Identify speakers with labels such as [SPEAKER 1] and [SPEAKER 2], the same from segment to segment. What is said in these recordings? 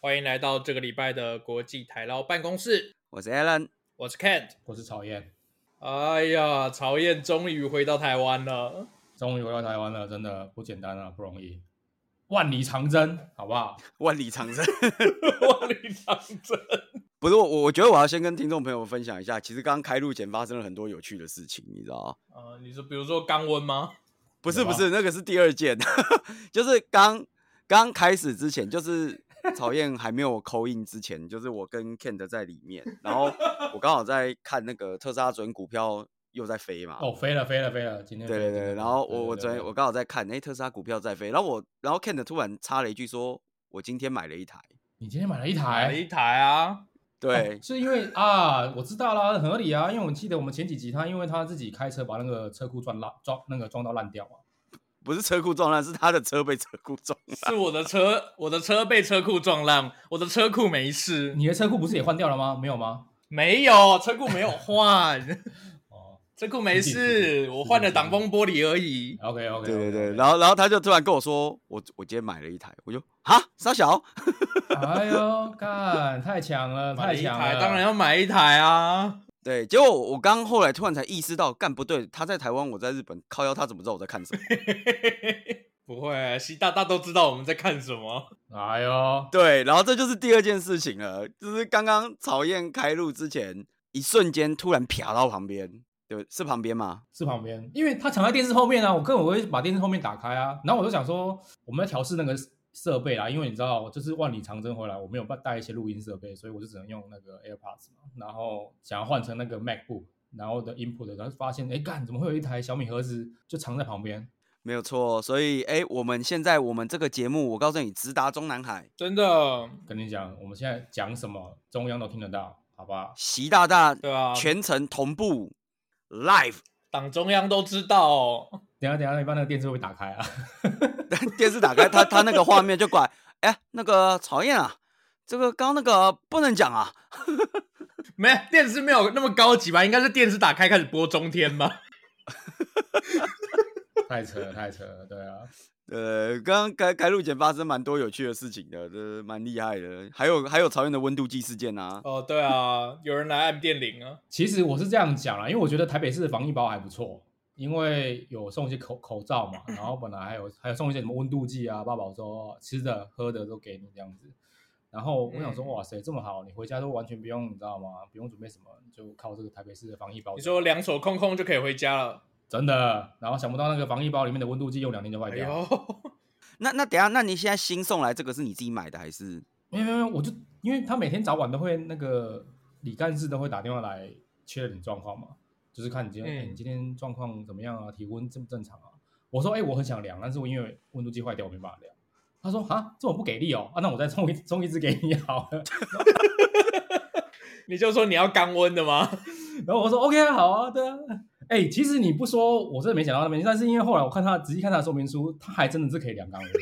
[SPEAKER 1] 欢迎来到这个礼拜的国际台捞办公室，
[SPEAKER 2] 我是 Alan，
[SPEAKER 1] 我是 Kent。
[SPEAKER 3] 我是曹燕，
[SPEAKER 1] 哎呀，曹燕终于回到台湾了，
[SPEAKER 3] 终于回到台湾了，真的不简单啊，不容易，万里长征，好不好？
[SPEAKER 2] 万里长征。
[SPEAKER 1] 万里长征。
[SPEAKER 2] 不是我，我觉得我要先跟听众朋友分享一下，其实刚刚开录前发生了很多有趣的事情，你知道吗？
[SPEAKER 1] 呃，你说比如说肛温吗？
[SPEAKER 2] 不是
[SPEAKER 3] 有
[SPEAKER 2] 不
[SPEAKER 3] 吗
[SPEAKER 2] 是，那个是第二件， 就是刚刚开始之前，就是曹燕还没有扣印之前，就是我跟 Kent 在里面，然后我刚好在看那个特斯拉准股票又在飞嘛，
[SPEAKER 3] 哦，飞了，飞了，飞了，今天
[SPEAKER 2] 对
[SPEAKER 3] 飞
[SPEAKER 2] 对
[SPEAKER 3] 了今
[SPEAKER 2] 对，
[SPEAKER 3] 天
[SPEAKER 2] 然后
[SPEAKER 3] 飞了
[SPEAKER 2] 我我
[SPEAKER 3] 对对
[SPEAKER 2] 昨
[SPEAKER 3] 对
[SPEAKER 2] 天我刚好在看，哎，特斯拉股票在飞，然后我然后 Kent 突然插了一句说，我今天买了一台，
[SPEAKER 3] 你今天买了一
[SPEAKER 1] 买了一
[SPEAKER 3] 台，
[SPEAKER 1] 台啊，
[SPEAKER 2] 对，
[SPEAKER 3] 是因为啊，我知道啦，很合理啊，因为我记得我们前几集他因为他自己开车把那个车库撞烂，撞那个撞到烂掉嘛，
[SPEAKER 2] 不是车库撞烂，是他的车被车库撞
[SPEAKER 1] 是我的车，我的车被车库撞烂，我的车库没事，
[SPEAKER 3] 你的车库不是也换掉了吗？没有吗？
[SPEAKER 1] 没有车库没有 换，
[SPEAKER 3] 哦
[SPEAKER 1] 车库没
[SPEAKER 3] 是是是
[SPEAKER 1] 事，
[SPEAKER 3] 是
[SPEAKER 1] 我换了
[SPEAKER 3] 是
[SPEAKER 1] 挡风玻璃而已。
[SPEAKER 3] ，OK OK，
[SPEAKER 2] 对对对，然后然后他就突然跟我说，我我今天买了一台，我就哈傻小，
[SPEAKER 3] 哎呦，干，太强了，
[SPEAKER 1] 买
[SPEAKER 3] 太
[SPEAKER 1] 一
[SPEAKER 3] 强
[SPEAKER 1] 台
[SPEAKER 3] 了，
[SPEAKER 1] 当然要买一台啊，
[SPEAKER 2] 对，结果我刚后来突然才意识到，干不对，他在台湾，我在日本，靠腰他怎么知道我在看什么？
[SPEAKER 1] 不会，习大大都知道我们在看什么。
[SPEAKER 3] 哎呦，
[SPEAKER 2] 对，然后这就是第二件事情了，就是刚刚曹燕开录之前，一瞬间突然瞟到旁边，对，是旁边吗？
[SPEAKER 3] 是旁边，因为他藏在电视后面啊，我根本不会把电视后面打开啊。然后我就想说，我们要调试那个设备啦，因为你知道，就是万里长征回来，我没有办带一些录音设备，所以我就只能用那个 AirPods 嘛。然后想要换成那个 MacBook，然后的 input，然后发现，哎，干，怎么会有一台小米盒子就藏在旁边？
[SPEAKER 2] 没有错，所以哎，我们现在我们这个节目，我告诉你，直达中南海，
[SPEAKER 1] 真的，
[SPEAKER 3] 跟你讲，我们现在讲什么，中央都听得到，好吧？
[SPEAKER 2] 习大大
[SPEAKER 1] 对啊，
[SPEAKER 2] 全程同步 live，
[SPEAKER 1] 党中央都知道、哦。
[SPEAKER 3] 等一下等一下，你把那个电视会不会打开啊？
[SPEAKER 2] 电视打开，他他那个画面就管，哎，那个曹燕啊，这个刚刚那个不能讲啊，
[SPEAKER 1] 没电视没有那么高级吧？应该是电视打开开始播中天吧？
[SPEAKER 3] 太扯了，太扯了，对啊。
[SPEAKER 2] 呃，刚刚开开录前发生蛮多有趣的事情的，这蛮厉害的。还有还有曹燕的温度计事件 啊，
[SPEAKER 1] 哦，对啊，有人来按电铃啊。
[SPEAKER 3] 其实我是这样讲啦，因为我觉得台北市的防疫包还不错，因为有送一些口口罩嘛，然后本来还有还有送一些什么温度计啊、八宝粥、吃的、喝的都给你这样子。然后我想说，
[SPEAKER 1] 嗯
[SPEAKER 3] 哇塞，这么好，你回家都完全不用，你知道吗？不用准备什么，就靠这个台北市的防疫包。
[SPEAKER 1] 你说两手空空就可以回家了？
[SPEAKER 3] 真的？然后想不到那个防疫包里面的温度计用两天就坏
[SPEAKER 1] 哎
[SPEAKER 3] 掉。
[SPEAKER 1] 呦，
[SPEAKER 2] 那那等一下，那你现在新送来这个是你自己买的还是？
[SPEAKER 3] 没有没有没有，我就因为他每天早晚都会那个李干事都会打电话来确认你状况嘛，就是看你今
[SPEAKER 1] 嗯
[SPEAKER 3] 天、哎你今天状况怎么样啊，体温正不正常啊？我说哎、我很想量，但是我因为温度计坏掉，我没办法量。他说啊，这么不给力哦，啊，那我再送一送一支给你好了。
[SPEAKER 1] 你就说你要干温的吗？
[SPEAKER 3] 然后我说 OK 啊，好啊，对啊。哎、其实你不说，我真的没想到那边，但是因为后来我看他仔细看他的说明书，他还真的是可以量肛温的，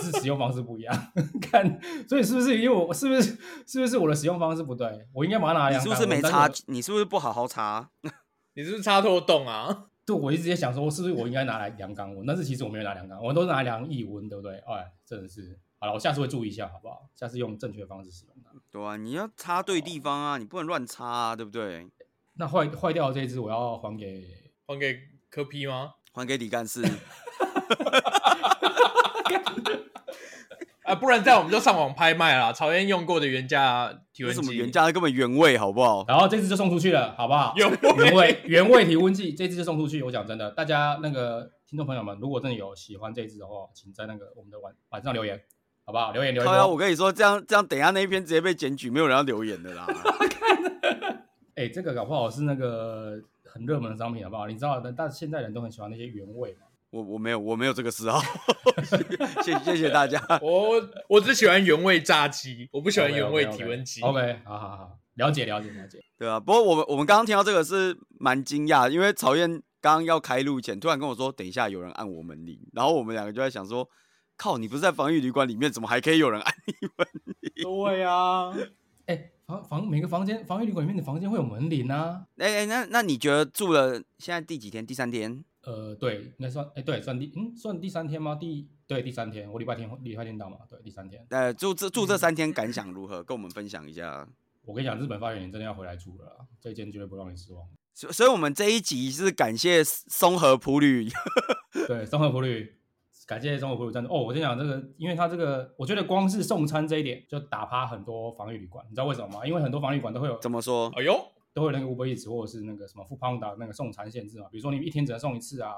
[SPEAKER 3] 只是使用方式不一样。 看，所以是不是因为我是不是是不是我的使用方式不对？我应该把它拿来
[SPEAKER 2] 你
[SPEAKER 3] 量
[SPEAKER 2] 是
[SPEAKER 3] 肛
[SPEAKER 2] 不
[SPEAKER 3] 温
[SPEAKER 2] 是没
[SPEAKER 3] 但
[SPEAKER 2] 插
[SPEAKER 3] 我？
[SPEAKER 2] 你是不是不好好插？
[SPEAKER 1] 你是不是插错洞啊？
[SPEAKER 3] 对，我一直在想说，是不是我应该拿来量肛温？但是其实我没有拿量肛温，我都是拿来量腋温，对不对？哎，真的是，好了，我下次会注意一下，好不好？下次用正确的方式使用它。
[SPEAKER 2] 对啊，你要插对地方啊，你不能乱插啊，对不对？
[SPEAKER 3] 那坏坏掉的这一只，我要还给
[SPEAKER 1] 还给柯批吗？
[SPEAKER 2] 还给李干事，
[SPEAKER 1] 啊，不然这样我们就上网拍卖啦。曹燕用过的原价体
[SPEAKER 2] 为
[SPEAKER 1] 温
[SPEAKER 2] 什么
[SPEAKER 1] 计，
[SPEAKER 2] 原价根本原味，好不好？
[SPEAKER 3] 然后这只就送出去了，好不好？
[SPEAKER 1] 原味
[SPEAKER 3] 原味原味体温计这只就送出去。我讲真的，大家那个听众朋友们，如果真的有喜欢这只的话，请在那个我们的晚晚上留言，好不好？留言留
[SPEAKER 2] 靠腰，
[SPEAKER 3] 言。
[SPEAKER 2] 我跟你说，这样这样，等一下那一篇直接被检举，没有人要留言的啦。
[SPEAKER 3] 哎、这个搞不好是那个很热门的商品，好不好？你知道，但但现在人都很喜欢那些原味嘛。
[SPEAKER 2] 我我没有我没有这个嗜好，谢谢谢谢大家。
[SPEAKER 1] 我我只喜欢原味炸鸡，我不喜欢原味
[SPEAKER 3] OK，OK，OK
[SPEAKER 1] 体温计。
[SPEAKER 3] OK，好好好，了解了解了解。
[SPEAKER 2] 对啊，不过我们我们刚刚听到这个是蛮惊讶的，因为曹燕刚刚要开录前突然跟我说，等一下有人按我们铃，然后我们两个就在想说，靠，你不是在防疫旅馆里面，怎么还可以有人按 你们？
[SPEAKER 1] 对啊，
[SPEAKER 3] 哎、房房每个房间防疫旅馆里面的房间会有门铃啊。
[SPEAKER 2] 哎哎，那那你觉得住了现在第几天？第三天？
[SPEAKER 3] 呃，对，应该算，哎，对，算第，嗯，算第三天吗？第，对，第三天，我礼拜天，礼拜天到嘛，对，第三天。
[SPEAKER 2] 呃，住这住这三天感想如何？跟我们分享一下。
[SPEAKER 3] 我跟你讲，日本发源你真的要回来住了啦，这一间绝对不让你失望。
[SPEAKER 2] 所所以，我们这一集是感谢松和普吕，
[SPEAKER 3] 对，综合普旅，感谢综合普旅赞助。哦，我跟你讲这个，因为它这个，我觉得光是送餐这一点就打趴很多防疫旅馆，你知道为什么吗？因为很多防疫旅馆都会有
[SPEAKER 2] 怎 么说？
[SPEAKER 1] 哎呦，
[SPEAKER 3] 都会有那个 Uber Eats 或者是那个什么 f o o p a n d a 那个送餐限制嘛，比如说你一天只能送一次啊，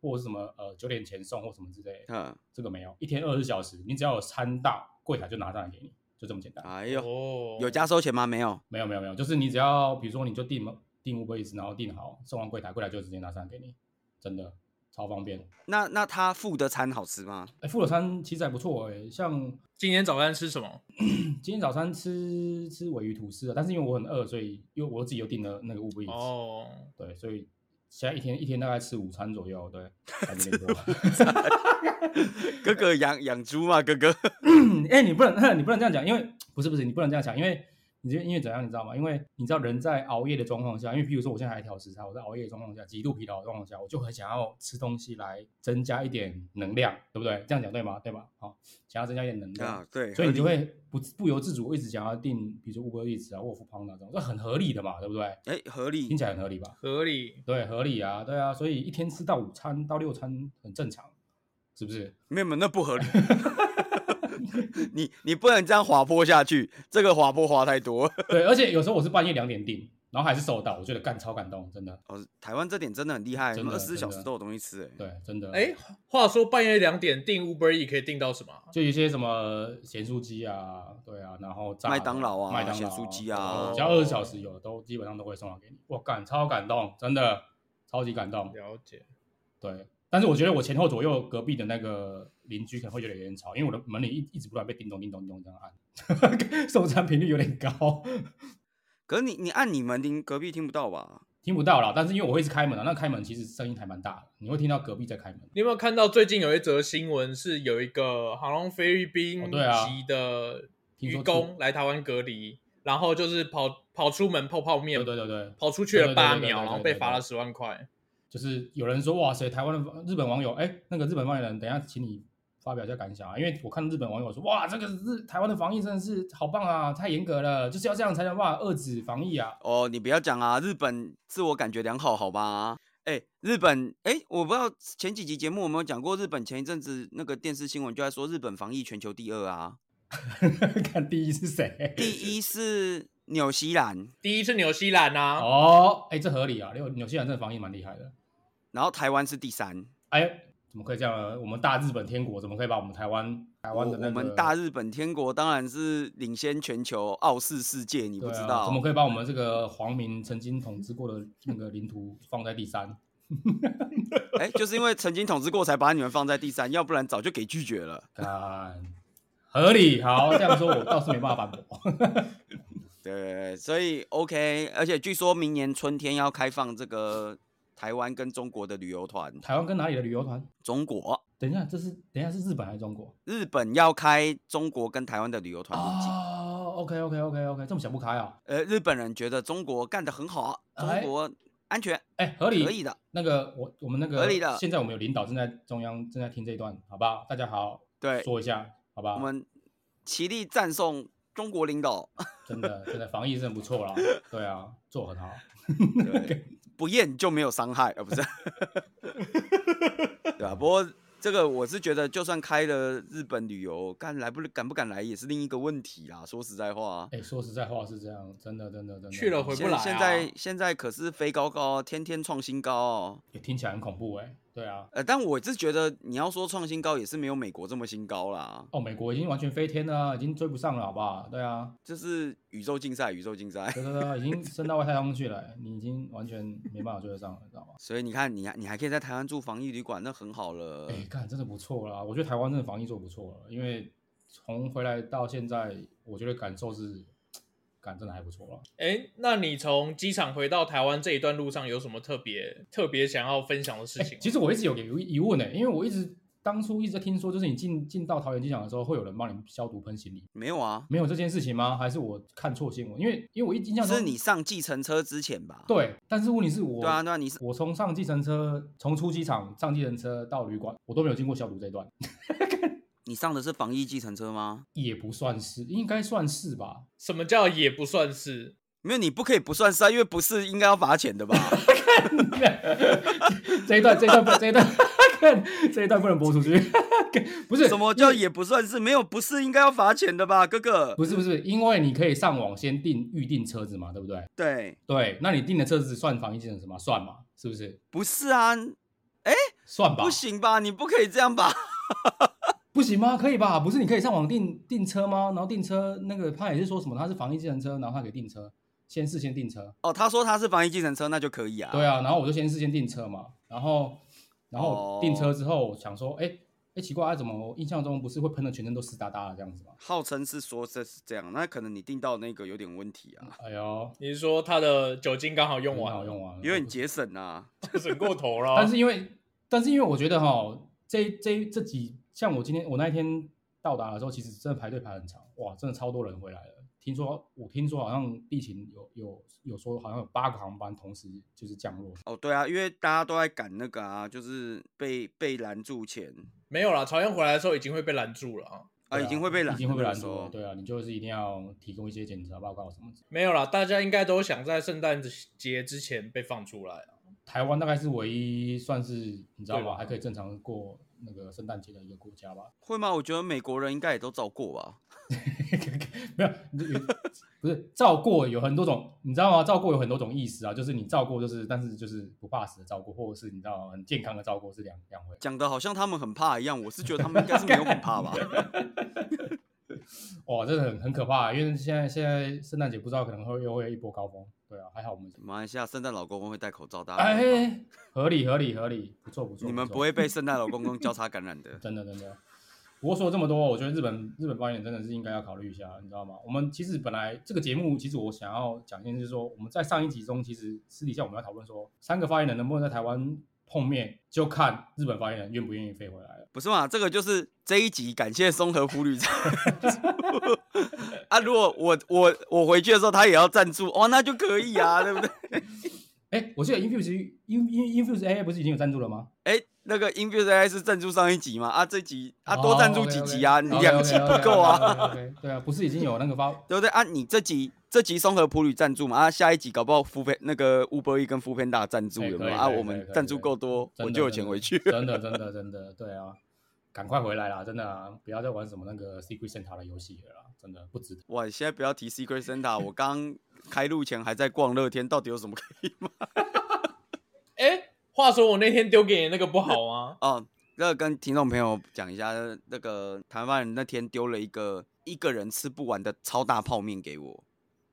[SPEAKER 3] 或者是什么呃九点前送或什么之类的，
[SPEAKER 2] 嗯，
[SPEAKER 3] 这个没有，一天二十小时，你只要有餐到，柜台就拿上来给你，就这么简单。
[SPEAKER 2] 哎呦，
[SPEAKER 1] 哦
[SPEAKER 2] 有加收钱吗？没有。
[SPEAKER 3] 没有没有没有，就是你只要比如说你就订订 Uber Eats，然后订好，送完柜台，柜台就直接拿上来给你，真的超方便。
[SPEAKER 2] 那那他付的餐好吃吗？
[SPEAKER 3] 哎，富乐餐其实还不错哎、像
[SPEAKER 1] 今天早餐吃什么？
[SPEAKER 3] 今天早餐吃吃尾鱼吐司啊，但是因为我很饿，所以因为我自己又订了那个 Uber Eats，、
[SPEAKER 1] 哦，
[SPEAKER 3] 对，所以现在一天一天大概吃午餐左右，对，还是有点多。
[SPEAKER 2] 哥哥 养养猪吗？哥哥，
[SPEAKER 3] 哎、你不能 你不能这样讲，因为不是不是你不能这样讲，因为你这因为怎样你知道吗？因为你知道人在熬夜的状况下，因为譬如说我现在还调时差，我在熬夜的状况下，极度疲劳的状况下，我就很想要吃东西来增加一点能量，对不对？这样讲对吗？对吧？好，想要增加一点能量，
[SPEAKER 2] 啊，对，
[SPEAKER 3] 所以
[SPEAKER 2] 合
[SPEAKER 3] 你就
[SPEAKER 2] 理
[SPEAKER 3] 会不自不由自主一直想要订，比如说 Uber Eats 啊、沃夫胖那种，这很合理的嘛，对不对？
[SPEAKER 2] 哎合
[SPEAKER 3] 听
[SPEAKER 2] 理
[SPEAKER 3] 起来很合理吧？
[SPEAKER 1] 合理。
[SPEAKER 3] 对，合理啊，对啊，所以一天吃到午餐到六餐很正常，是不是？
[SPEAKER 2] 没有没有，那不 合理。你你不能这样滑坡下去，这个滑坡滑太多。
[SPEAKER 3] 对，而且有时候我是半夜两点订，然后还是收到，我觉得干超感动，真的，
[SPEAKER 2] 哦，台湾这点真的很厉害，
[SPEAKER 3] 真
[SPEAKER 2] 什
[SPEAKER 3] 的
[SPEAKER 2] 么二十四小
[SPEAKER 3] 真
[SPEAKER 2] 时
[SPEAKER 3] 的
[SPEAKER 2] 都有东西吃、哎，
[SPEAKER 3] 对，真的。
[SPEAKER 1] 哎，话说半夜两点订 Uber E 可以订到什么啊？
[SPEAKER 3] 就有一些什么咸酥鸡啊，对啊，然后炸的
[SPEAKER 2] 麦当劳啊
[SPEAKER 3] 麦当劳、
[SPEAKER 2] 咸酥鸡啊
[SPEAKER 3] 对只要二十小时有的都基本上都会送来给你，我干超感动，真的超级感动，
[SPEAKER 1] 了解，
[SPEAKER 3] 对。但是我觉得我前后左右隔壁的那个邻居可能会觉得有点吵，因为我的门铃一一直不断被叮咚叮咚叮咚这样按， 送餐频率有点高。
[SPEAKER 2] 可是你你按你们听隔壁听不到吧？
[SPEAKER 3] 听不到啦，但是因为我会一直开门啊，那开门其实声音还蛮大的，你会听到隔壁在开门。
[SPEAKER 1] 你有没有看到最近有一则新闻是有一个好像菲律宾
[SPEAKER 3] 哦对啊
[SPEAKER 1] 籍的
[SPEAKER 3] 听
[SPEAKER 1] 渔
[SPEAKER 3] 说
[SPEAKER 1] 工来台湾隔离，然后就是跑跑出门泡泡面
[SPEAKER 3] 对，对对对，
[SPEAKER 1] 跑出去了
[SPEAKER 3] 对对对
[SPEAKER 1] 八
[SPEAKER 3] 对对
[SPEAKER 1] 秒，
[SPEAKER 3] 对
[SPEAKER 1] 然后
[SPEAKER 3] 对
[SPEAKER 1] 被
[SPEAKER 3] 对
[SPEAKER 1] 罚
[SPEAKER 3] 对
[SPEAKER 1] 了十万块。
[SPEAKER 3] 就是有人说哇塞，台湾的日本网友，哎、那个日本发言人，等一下请你发表一下感想啊，因为我看日本网友说哇，这个日台湾的防疫真的是好棒啊，太严格了，就是要这样才能办法遏止防疫啊。
[SPEAKER 2] 哦，你不要讲啊，日本自我感觉良好，好吧？哎、日本，哎、我不知道前几集节目有没有讲过，日本前一阵子那个电视新闻就在说日本防疫全球第二啊，
[SPEAKER 3] 看第一是谁？
[SPEAKER 2] 第一是纽西兰，
[SPEAKER 1] 第一是纽西兰啊，
[SPEAKER 3] 哦，哎、这合理啊，纽纽西兰真的防疫蛮厉害的。
[SPEAKER 2] 然后台湾是第三。
[SPEAKER 3] 哎、怎么可以这样呢？我们大日本天国怎么可以把我们台湾台
[SPEAKER 2] 我
[SPEAKER 3] 湾的那个
[SPEAKER 2] 我们大日本天国当然是领先全球，傲视世界，你不
[SPEAKER 3] 对
[SPEAKER 2] 知
[SPEAKER 3] 啊，
[SPEAKER 2] 道
[SPEAKER 3] 怎么？可以把我们这个皇民曾经统治过的那个领土放在第三？
[SPEAKER 2] 哎、就是因为曾经统治过，才把你们放在第三，要不然早就给拒绝了。
[SPEAKER 3] 干，合理。好，这样说我倒是没办法反驳。
[SPEAKER 2] 对，所以 OK，而且据说明年春天要开放这个台湾跟中国的旅游团，
[SPEAKER 3] 台湾跟哪里的旅游团？
[SPEAKER 2] 中国、
[SPEAKER 3] 等一下，这是等一下是日本还是中国？
[SPEAKER 2] 日本要开中国跟台湾的旅游团入境。
[SPEAKER 3] 哦，OK OK OK OK，这么想不开啊？
[SPEAKER 2] 呃，日本人觉得中国干得很好，啊中
[SPEAKER 3] 哎
[SPEAKER 2] 国安全
[SPEAKER 3] 哎，合理
[SPEAKER 2] 可以。的。
[SPEAKER 3] 那个我我们那个
[SPEAKER 2] 合理的
[SPEAKER 3] 现在我们有领导正在中央正在听这一段，好不好？大家好，
[SPEAKER 2] 对，
[SPEAKER 3] 说一啊下，好不
[SPEAKER 2] 我
[SPEAKER 3] 好？
[SPEAKER 2] 们齐力赞颂中国领导，
[SPEAKER 3] 真的真的防疫真的不 错啦，对啊，做很好。
[SPEAKER 2] 对，不厌就没有伤害，呃，不是，对吧、啊不过这个我是觉得，就算开了日本旅游，干来不敢不敢来也是另一个问题啦。说实在话，啊
[SPEAKER 3] 哎，说实在话是这样，真的真的真的
[SPEAKER 1] 去了回不
[SPEAKER 2] 现
[SPEAKER 1] 来啊
[SPEAKER 2] 现在现在可是飞高高，天天创新高哦。
[SPEAKER 3] 也听起来很恐怖哎，对啊。
[SPEAKER 2] 呃，但我是觉得你要说创新高，也是没有美国这么新高啦，
[SPEAKER 3] 哦，美国已经完全飞天了啊，已经追不上了，好不好？对啊，
[SPEAKER 2] 就是宇宙竞赛，宇宙竞赛。
[SPEAKER 3] 对对对，已经升到外太空去了，你已经完全没办法追得上了，你知道吗？
[SPEAKER 2] 所以你看，你还你还可以在台湾住防疫旅馆，那很好了
[SPEAKER 3] 哎、。看真的不错啦，我觉得台湾真的防疫做得不错了，因为从回来到现在，我觉得感受是，感真的还不错了。
[SPEAKER 1] 哎，那你从机场回到台湾这一段路上有什么特别特别想要分享的事
[SPEAKER 3] 哎、
[SPEAKER 1] 情吗？
[SPEAKER 3] 欸其实我一直有个疑疑问呢、因为我一直当初一直在听说，就是你进进到桃园机场的时候，会有人帮你消毒喷行李，
[SPEAKER 2] 没有啊，
[SPEAKER 3] 没有这件事情吗？还是我看错新闻？因为因为我一印象中
[SPEAKER 2] 是你上计程车之前吧？
[SPEAKER 3] 对，但是问题是我
[SPEAKER 2] 对啊，对啊，你是
[SPEAKER 3] 我从上计程车，从出机场上计程车到旅馆，我都没有经过消毒这一段，
[SPEAKER 2] 你上的是防疫计程车吗？
[SPEAKER 3] 也不算是，应该算是吧？
[SPEAKER 1] 什么叫也不算是？
[SPEAKER 2] 没有，你不可以不算是啊，因为不是应该要罚钱 的吧？
[SPEAKER 3] 这一段，这一段不，这一段，看这一段不能播出去，不是
[SPEAKER 2] 什么叫也不算是？没有，不是应该要罚钱的吧，哥哥？
[SPEAKER 3] 不是不是，因为你可以上网先订预订车子嘛，对不对？
[SPEAKER 2] 对，
[SPEAKER 3] 对，那你订的车子算防疫计程车吗？算嘛，是不是？
[SPEAKER 2] 不是啊，
[SPEAKER 3] 算吧，
[SPEAKER 2] 不行吧？你不可以这样吧？
[SPEAKER 3] 不行吗？可以吧？不是，你可以上网订订车吗？然后订车那个他也是说什么，他是防疫计程车，然后他可以订车，先事先订车。
[SPEAKER 2] 哦，他说他是防疫计程车，那就可以啊。
[SPEAKER 3] 对啊，然后我就先事先订车嘛，然后然
[SPEAKER 2] 哦
[SPEAKER 3] 后订车之后想说，哎、哎，奇怪，啊、怎么我印象中不是会喷的全身都湿哒哒的这样子吗？
[SPEAKER 2] 号称是说这是这样，那可能你订到那个有点问题啊，
[SPEAKER 3] 哎呦，
[SPEAKER 1] 你是说他的酒精刚好用
[SPEAKER 3] 很
[SPEAKER 1] 完
[SPEAKER 3] 好
[SPEAKER 1] 了，
[SPEAKER 3] 用完了，
[SPEAKER 2] 有点节省啊。
[SPEAKER 1] 省过头了。哦
[SPEAKER 3] 但是因为，但是因为我觉得哈，这这这几像我今天我那一天到达的时候，其实真的排队排很长，哇，真的超多人回来了。听说我听说好像疫情有有有说好像有八个航班同时就是降落，
[SPEAKER 2] 哦，对啊，因为大家都在赶那个啊，就是被被拦住前
[SPEAKER 1] 没有啦，朝阳回来的时候已经会被拦住了啊。
[SPEAKER 2] 啊，
[SPEAKER 3] 对
[SPEAKER 2] 已经会被拦，
[SPEAKER 3] 已经会被拦
[SPEAKER 2] 那个
[SPEAKER 3] 住
[SPEAKER 2] 时
[SPEAKER 3] 了。
[SPEAKER 2] 候
[SPEAKER 3] 对啊，你就是一定要提供一些检查报告什么的。
[SPEAKER 1] 没有啦，大家应该都想在圣诞节之前被放出来啊。
[SPEAKER 3] 台湾大概是唯一算是你知道
[SPEAKER 1] 对吧
[SPEAKER 3] 吗？还可以正常过那个圣诞节的一个国家吧？
[SPEAKER 2] 会吗？我觉得美国人应该也都照过吧。
[SPEAKER 3] 没有，你就有 不是照过有很多种，你知道吗？照过有很多种意思啊，就是你照过就是，但是就是不怕死的照过，或者是你知道很健康的照过是两两回。
[SPEAKER 2] 讲的好像他们很怕一样，我是觉得他们应该是没有很怕吧。
[SPEAKER 3] 哇，真的很很可怕、啊因为现在现在圣诞节不知道可能会又会有一波高峰。对啊，还好我们
[SPEAKER 2] 马来西亚圣诞老公公会戴口罩，大家不要怕
[SPEAKER 3] 哎，合理合理合理，不错不错。
[SPEAKER 2] 你们
[SPEAKER 3] 错
[SPEAKER 2] 不会被圣诞老公公交叉感染的。
[SPEAKER 3] 真的真的。不过说这么多，我觉得日本日本发言真的是应该要考虑一下，你知道吗？我们其实本来这个节目，其实我想要讲一件事，就是说我们在上一集中，其实私底下我们要讨论说，三个发言人能不能在台湾碰面，就看日本发言人愿不愿意飞回来了。
[SPEAKER 2] 不是嘛？这个就是这一集，感谢松和普旅赞助啊！如果我我我回去的时候，他也要赞助哦，那就可以啊，对不对？
[SPEAKER 3] 哎，我记得 Infuse In In Infuse AI 不是已经有赞助了吗？
[SPEAKER 2] 哎、那个 Infuse AI 是赞助上一集嘛？啊，这集啊多赞助几集啊，你两集不够啊，
[SPEAKER 3] 啊。对啊，不是已经有那个发
[SPEAKER 2] 对不对啊？你这集这集松和普旅赞助嘛？啊，下一集搞不好福培那个 Uber E 跟福 Panda 赞助
[SPEAKER 3] 哎
[SPEAKER 2] 有没有
[SPEAKER 3] 可以
[SPEAKER 2] 啊？
[SPEAKER 3] 可以
[SPEAKER 2] 我
[SPEAKER 3] 可以
[SPEAKER 2] 们
[SPEAKER 3] 可以
[SPEAKER 2] 赞助
[SPEAKER 3] 可以
[SPEAKER 2] 够多，
[SPEAKER 3] 真
[SPEAKER 2] 我
[SPEAKER 3] 的
[SPEAKER 2] 就有钱回去。
[SPEAKER 3] 真的，真的，真的，对啊，赶快回来啦！真的啊，不要再玩什么那个 Secret Santa 的游戏了啦，真的不值得。
[SPEAKER 2] 哇，你现在不要提 Secret Santa，我刚开录前还在逛乐天，到底有什么可以 买？
[SPEAKER 1] 哎，话说我那天丢给你那个不好啊吗？
[SPEAKER 2] 哦，那跟听众朋友讲一下，那个台湾人那天丢了一个一个人吃不完的超大泡面给我，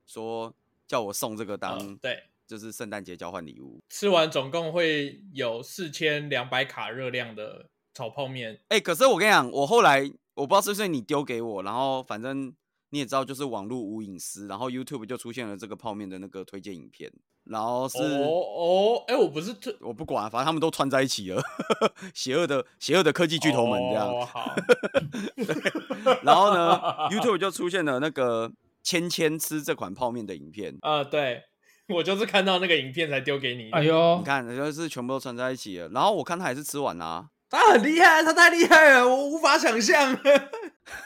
[SPEAKER 2] 说叫我送这个当、
[SPEAKER 3] 啊
[SPEAKER 1] 嗯，对，
[SPEAKER 2] 就是圣诞节交换礼物。
[SPEAKER 1] 吃完总共会有四千两百卡热量的炒泡面，
[SPEAKER 2] 哎、可是我跟你讲，我后来我不知道是不是你丢给我，然后反正你也知道，就是网络无隐私，然后 YouTube 就出现了这个泡面的那个推荐影片，然后是。
[SPEAKER 1] 哦哦，哎、我不是特
[SPEAKER 2] 我不管，反正他们都串在一起了，邪恶的邪恶的科技巨头们这样。
[SPEAKER 1] 哦、好，
[SPEAKER 2] 然后 呢，YouTube 就出现了那个芊芊吃这款泡面的影片。
[SPEAKER 1] 呃，对我就是看到那个影片才丢给你。
[SPEAKER 3] 哎，呦
[SPEAKER 2] 你，看，就是全部都串在一起了。然后我看他也是吃完啦、啊
[SPEAKER 1] 他很厉害，他太厉害了，我无法想象。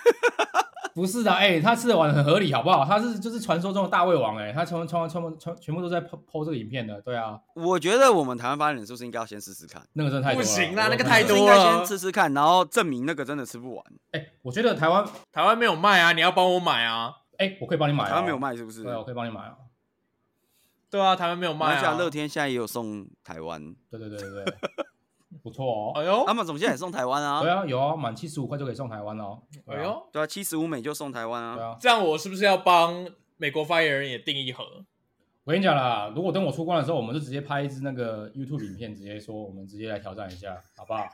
[SPEAKER 3] 不是的，哎、他吃的完很合理，好不好？他是就是传说中的大胃王、哎，他全全全全全部都在剖剖这个影片的，对啊，
[SPEAKER 2] 我觉得我们台湾发言人是不是应该要先试试看？
[SPEAKER 3] 那个真的太多了，
[SPEAKER 1] 不行啦
[SPEAKER 3] 我
[SPEAKER 1] 那个
[SPEAKER 3] 我
[SPEAKER 1] 太
[SPEAKER 2] 是不
[SPEAKER 1] 多
[SPEAKER 2] 啊
[SPEAKER 1] 了
[SPEAKER 2] 是应该先吃吃看，然后证明那个真的吃不完。
[SPEAKER 3] 哎、我觉得台湾，
[SPEAKER 1] 台湾没有卖啊，你要帮我买啊。
[SPEAKER 3] 哎、我可以帮你买、哦，
[SPEAKER 2] 台湾没有，卖是不是？
[SPEAKER 1] 哎
[SPEAKER 3] 对啊，我可以帮你买哦。
[SPEAKER 1] 对啊，台湾没有
[SPEAKER 2] 马来
[SPEAKER 1] 卖
[SPEAKER 2] 西亚
[SPEAKER 1] 啊。
[SPEAKER 2] 乐天现在也有送台湾，
[SPEAKER 3] 对对对 对对，不错哦
[SPEAKER 1] 哎，呦
[SPEAKER 2] 他，们总现在也送台湾啊。
[SPEAKER 3] 对啊，有啊，满七十五块就可以送台湾哦，对
[SPEAKER 1] 哎
[SPEAKER 3] 啊，
[SPEAKER 1] 呦，
[SPEAKER 2] 对啊，七十五美就送台湾
[SPEAKER 3] 对
[SPEAKER 2] 啊。
[SPEAKER 3] 啊，
[SPEAKER 1] 这样我是不是要帮美国发言人也订一盒？
[SPEAKER 3] 我跟你讲啦，如果等我出关的时候，我们就直接拍一支那个 YouTube 影片，直接说我们直接来挑战一下，好不好？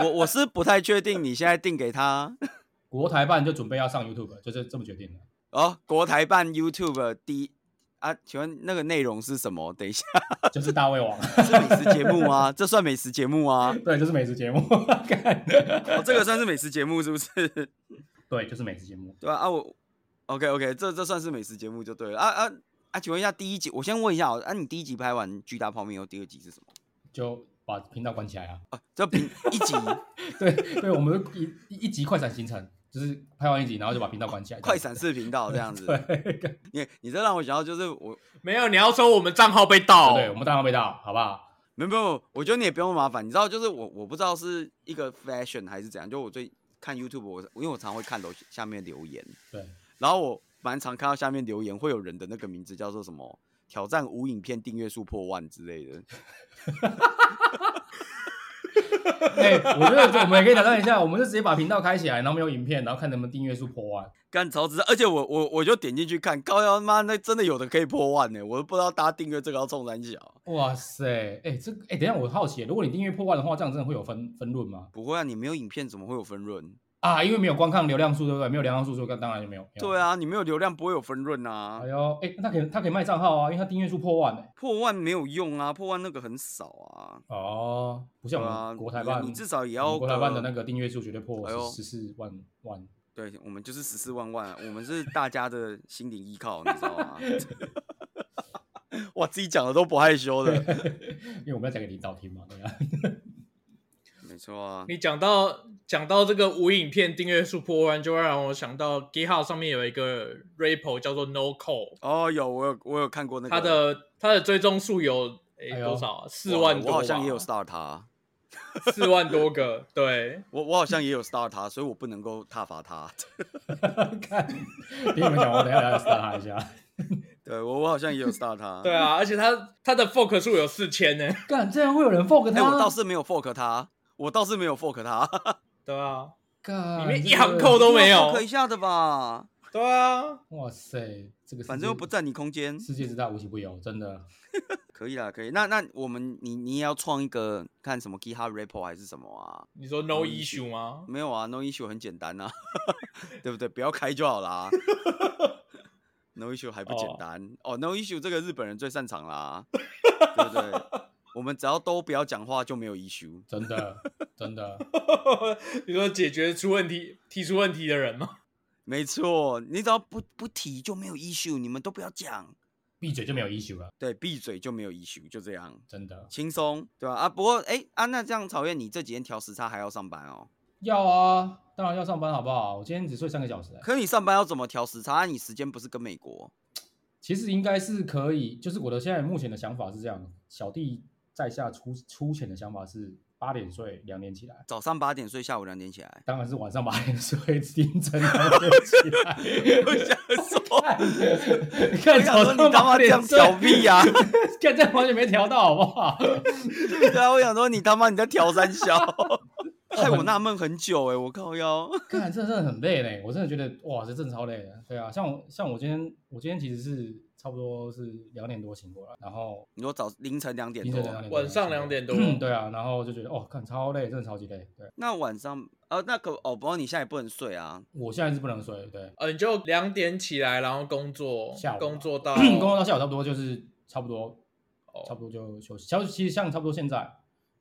[SPEAKER 2] 我我是不太确定你现在订给他
[SPEAKER 3] 国台办就准备要上 YouTube，了就是这么决定的。
[SPEAKER 2] 哦。国台办 YouTube 第啊，请问那个内容是什么？等一下，
[SPEAKER 3] 就是大胃王，
[SPEAKER 2] 是美食节目啊， 这算美食节目啊？
[SPEAKER 3] 对，就是美食节目， 看
[SPEAKER 2] 哦，这个算是美食节目是不 是？
[SPEAKER 3] 对，就是美食节目。
[SPEAKER 2] 对啊，啊我，OK OK，这这算是美食节目就对了啊啊啊！请问一下，第一集我先问一下哦啊，你第一集拍完巨大泡面以后，第二集是什么？
[SPEAKER 3] 就把频道关起来啊！
[SPEAKER 2] 啊，这平一集
[SPEAKER 3] 对对，我们一一一集快闪行程，就是拍完一集，然后就把频道关起来。
[SPEAKER 2] 快闪视频道这样子，
[SPEAKER 3] 对，干
[SPEAKER 2] 你你这让我想到就是我
[SPEAKER 1] 没有，你要说我们账号被
[SPEAKER 2] 哦
[SPEAKER 1] 盗、
[SPEAKER 3] 对，我们大量被盗，好不好？
[SPEAKER 2] 没有没有，我觉得你也不用麻烦，你知道就是我我不知道是一个 fashion 还是怎样，就我最看 YouTube，我因为我常会看楼下面留言，
[SPEAKER 3] 对，
[SPEAKER 2] 然后我蛮常看到下面留言会有人的那个名字叫做什么挑战无影片订阅数破万之类的，
[SPEAKER 3] 哎、我觉得我们也可以打算一下，我们就直接把频道开起来，然后没有影片，然后看能不能订阅数破万。
[SPEAKER 2] 干超值！而且我我我就点进去看，高腰妈那真的有的可以破万呢、我都不知道大家订阅这个要冲三小。
[SPEAKER 3] 哇塞，哎、这个哎、等一下我好奇，如果你订阅破万的话，这样真的会有分分论吗？
[SPEAKER 2] 不会啊，你没有影片怎么会有分润？
[SPEAKER 3] 啊，因为没有观看流量数，对不对？没有流量数，所以当然就没有。没有
[SPEAKER 2] 对啊，你没有流量不会有分润啊
[SPEAKER 3] 哎，呦，哎、他可以他可以卖账号啊，因为他订阅数破万呢、
[SPEAKER 2] 破万没有用啊，破万那个很少啊。
[SPEAKER 3] 哦，不像
[SPEAKER 2] 对
[SPEAKER 3] 我
[SPEAKER 2] 啊，
[SPEAKER 3] 们国台
[SPEAKER 2] 你
[SPEAKER 3] 办，
[SPEAKER 2] 你至少也
[SPEAKER 3] 我们
[SPEAKER 2] 要
[SPEAKER 3] 国台办的
[SPEAKER 2] 个
[SPEAKER 3] 那个订阅数绝对破
[SPEAKER 2] 哎呦
[SPEAKER 3] 十四万万。
[SPEAKER 2] 对，我们就是十四万万啊，我们是大家的心灵依靠，你知道吗？ 哇，自己讲的都不害羞的，
[SPEAKER 3] 因为我们要讲给领导听嘛，对啊。
[SPEAKER 2] 没错啊。
[SPEAKER 1] 你讲到讲到这个无影片订阅数破万，就让我想到 GitHub 上面有一个 repo 叫做 No Code，
[SPEAKER 2] 哦，有我有我有看过那个，
[SPEAKER 1] 它的它的追踪数有诶、
[SPEAKER 3] 哎呦
[SPEAKER 1] 多少啊？四
[SPEAKER 2] 哇
[SPEAKER 1] 万多吧，
[SPEAKER 2] 我好像也有 star 他，
[SPEAKER 1] 四万多个，对，
[SPEAKER 2] 我我好像也有 star 他，所以我不能够挞伐他。
[SPEAKER 3] 看，听你们讲，我等一下来杀他一下。
[SPEAKER 2] 对我我好像也有 star 他，
[SPEAKER 1] 对啊，而且它它的 fork 数有四千呢，
[SPEAKER 3] 干，这样会有人 fuck
[SPEAKER 2] 哎、
[SPEAKER 3] 他？
[SPEAKER 2] 我倒是没有 fork 他，我倒是没有 fork 他，
[SPEAKER 1] 对啊，
[SPEAKER 3] 干，
[SPEAKER 1] 里面一
[SPEAKER 3] 这
[SPEAKER 1] 行
[SPEAKER 3] 个
[SPEAKER 1] 扣都没
[SPEAKER 2] fork 一
[SPEAKER 1] 有，
[SPEAKER 2] 下的吧，
[SPEAKER 1] 对啊，
[SPEAKER 3] 哇塞，这个世
[SPEAKER 2] 反正又
[SPEAKER 3] 界
[SPEAKER 2] 不占你空间，
[SPEAKER 3] 世界之大无奇不有，真的。
[SPEAKER 2] 可以啦，可以。那那我们你你也要创一个看什么 GitHub repo 还是什么啊？
[SPEAKER 1] 你说 No issue 吗？
[SPEAKER 2] 没有啊，no issue 很简单啊， 对不对？不要开就好 啦。no issue 还不简
[SPEAKER 1] 哦
[SPEAKER 2] 单哦 n o issue 这个日本人最擅长啦，对不对？我们只要都不要讲话就没有 issue。
[SPEAKER 3] 真 的，真的，
[SPEAKER 1] 你说解决出问题、提出问题的人吗？
[SPEAKER 2] 没错，你只要不不提就没有 issue，你们都不要讲，
[SPEAKER 3] 闭嘴就没有 issue 了，
[SPEAKER 2] 对，闭嘴就没有 issue，就这样
[SPEAKER 3] 真的。
[SPEAKER 2] 轻松，对吧、啊？不过哎、啊，那这样曹燕，你这几天调时差还要上班哦？
[SPEAKER 3] 要啊，当然要上班，好不好？我今天只睡三个小时、欸，
[SPEAKER 2] 可你上班要怎么调时差？啊你时间不是跟美国？
[SPEAKER 3] 其实应该是可以。就是我的现在目前的想法是这样，小弟在下粗粗浅的想法是八点睡，两点起来。。
[SPEAKER 2] 早上八点睡，下午两点起来
[SPEAKER 3] 当然是晚上八点睡，凌晨两点起来。
[SPEAKER 2] 我想说，
[SPEAKER 3] 你
[SPEAKER 2] 我想
[SPEAKER 3] 看早
[SPEAKER 2] 说
[SPEAKER 3] 上
[SPEAKER 2] 你他妈
[SPEAKER 3] 八
[SPEAKER 2] 这
[SPEAKER 3] 点
[SPEAKER 2] 样
[SPEAKER 3] 睡，
[SPEAKER 2] 调屁啊呀、
[SPEAKER 3] 看这样完全没调到，好不好？
[SPEAKER 2] 对啊，我想说你他妈你在调三 小，害我纳闷很久哎、我靠腰。
[SPEAKER 3] 看，这真的很累嘞，我真的觉得哇，这真的超累的。对啊，像我像我今天，我今天其实是差不多是两点多醒过来，然后
[SPEAKER 2] 你说早凌晨两点
[SPEAKER 3] 凌晨两
[SPEAKER 2] 多，
[SPEAKER 3] 点多，
[SPEAKER 1] 晚上两点多，
[SPEAKER 3] 嗯，对啊，然后就觉得哦，看超累，真的超级累。对，
[SPEAKER 2] 那晚上呃那可哦，不过你现在也不能睡啊，
[SPEAKER 3] 我现在是不能睡，对，
[SPEAKER 1] 呃，你就两点起来，然后工作
[SPEAKER 3] 下午，啊嗯
[SPEAKER 1] 工作到
[SPEAKER 3] 工作到下午差不多就是差不多，
[SPEAKER 1] 哦
[SPEAKER 3] 差不多就休息。像其实像差不多现在